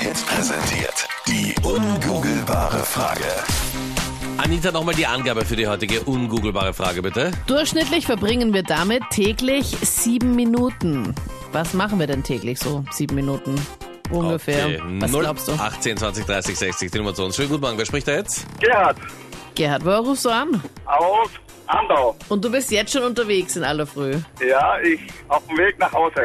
Hits präsentiert die ungoogelbare Frage. Anita, nochmal die Angabe für die heutige ungoogelbare Frage, bitte. Durchschnittlich verbringen wir damit täglich sieben Minuten. Was machen wir denn täglich so? Sieben Minuten ungefähr. Okay. Was 0, glaubst du? 18, 20, 30, 60, die Nummer zu uns. Schönen guten Morgen, wer spricht da jetzt? Gerhard Gerhard, woher rufst du an? aus Andau. Und du bist jetzt schon unterwegs in aller Früh. Ja, ich auf dem Weg nach Hause.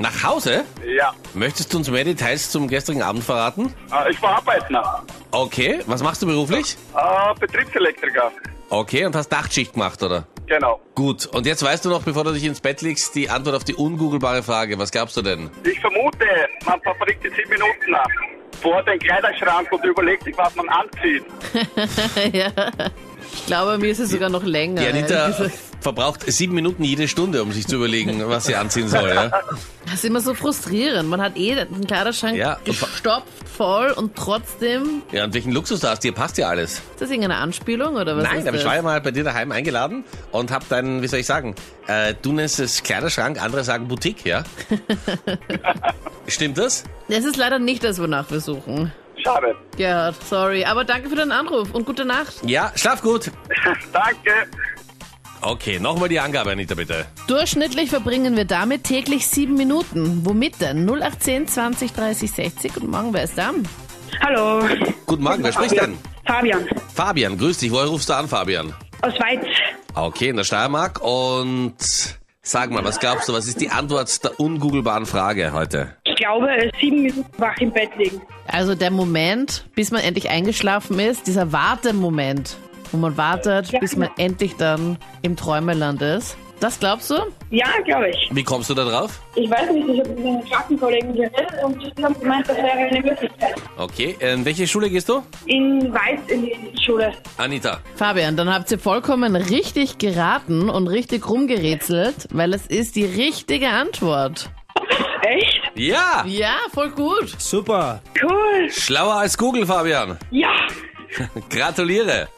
Nach Hause? Ja, Möchtest du uns mehr Details zum gestrigen Abend verraten? äh, ich war Arbeiter, Okay, was machst du beruflich? äh, Betriebselektriker. Okay, und hast Nachtschicht gemacht, oder? Genau. Gut, und jetzt weißt du noch, bevor du dich ins Bett legst, die Antwort auf die ungoogelbare Frage. Was gabst du denn? Ich vermute, man verbringt die sieben Minuten ab vor den Kleiderschrank und überlegt sich, was man anzieht. ja. Ich glaube, mir ist es sogar noch länger. Die Anita ehrlich gesagt. verbraucht sieben Minuten jede Stunde, um sich zu überlegen, was sie anziehen soll. Ja? Das ist immer so frustrierend. Man hat eh den Kleiderschrank Ja, und- gestopft, voll und trotzdem. ja, und welchen Luxus du hast, dir passt ja alles. Ist das irgendeine Anspielung oder was? Nein, ist aber das? ich war ja mal bei dir daheim eingeladen und hab dann, wie soll ich sagen, äh, du nennst es Kleiderschrank, andere sagen Boutique, ja? Stimmt das? Das ist leider nicht das, wonach wir suchen. Schade. Gerhard, sorry. Aber danke für deinen Anruf und gute Nacht. Ja, schlaf gut. Danke. Okay, nochmal die Angabe, Anita, bitte. Durchschnittlich verbringen wir damit täglich sieben Minuten. Womit denn? 0810 20 30 60 und morgen wäre es dann. Hallo, Guten Morgen, wer spricht denn? Fabian Fabian, grüß dich. Woher rufst du an, Fabian? aus Weiz. Okay, in der Steiermark. Und sag mal, was glaubst du, was ist die Antwort der ungoogelbaren Frage heute? Ich glaube, äh, sieben Minuten wach im Bett liegen. Also der Moment, bis man endlich eingeschlafen ist, dieser Wartemoment, wo man wartet, Ja, bis man genau. endlich dann im Träumeland ist. Das glaubst du? Ja, glaube ich. Wie kommst du da drauf? Ich weiß nicht, ich habe mit meinen Klassenkollegen geredet und die haben gemeint, das wäre eine Möglichkeit. Okay, in welche Schule gehst du? In Weiz in die Schule. Anita. Fabian, dann habt ihr vollkommen richtig geraten und richtig rumgerätselt, weil es ist die richtige Antwort. Echt? Ja! Ja, voll gut. Super. Cool. Schlauer als Google, Fabian. Ja. Gratuliere.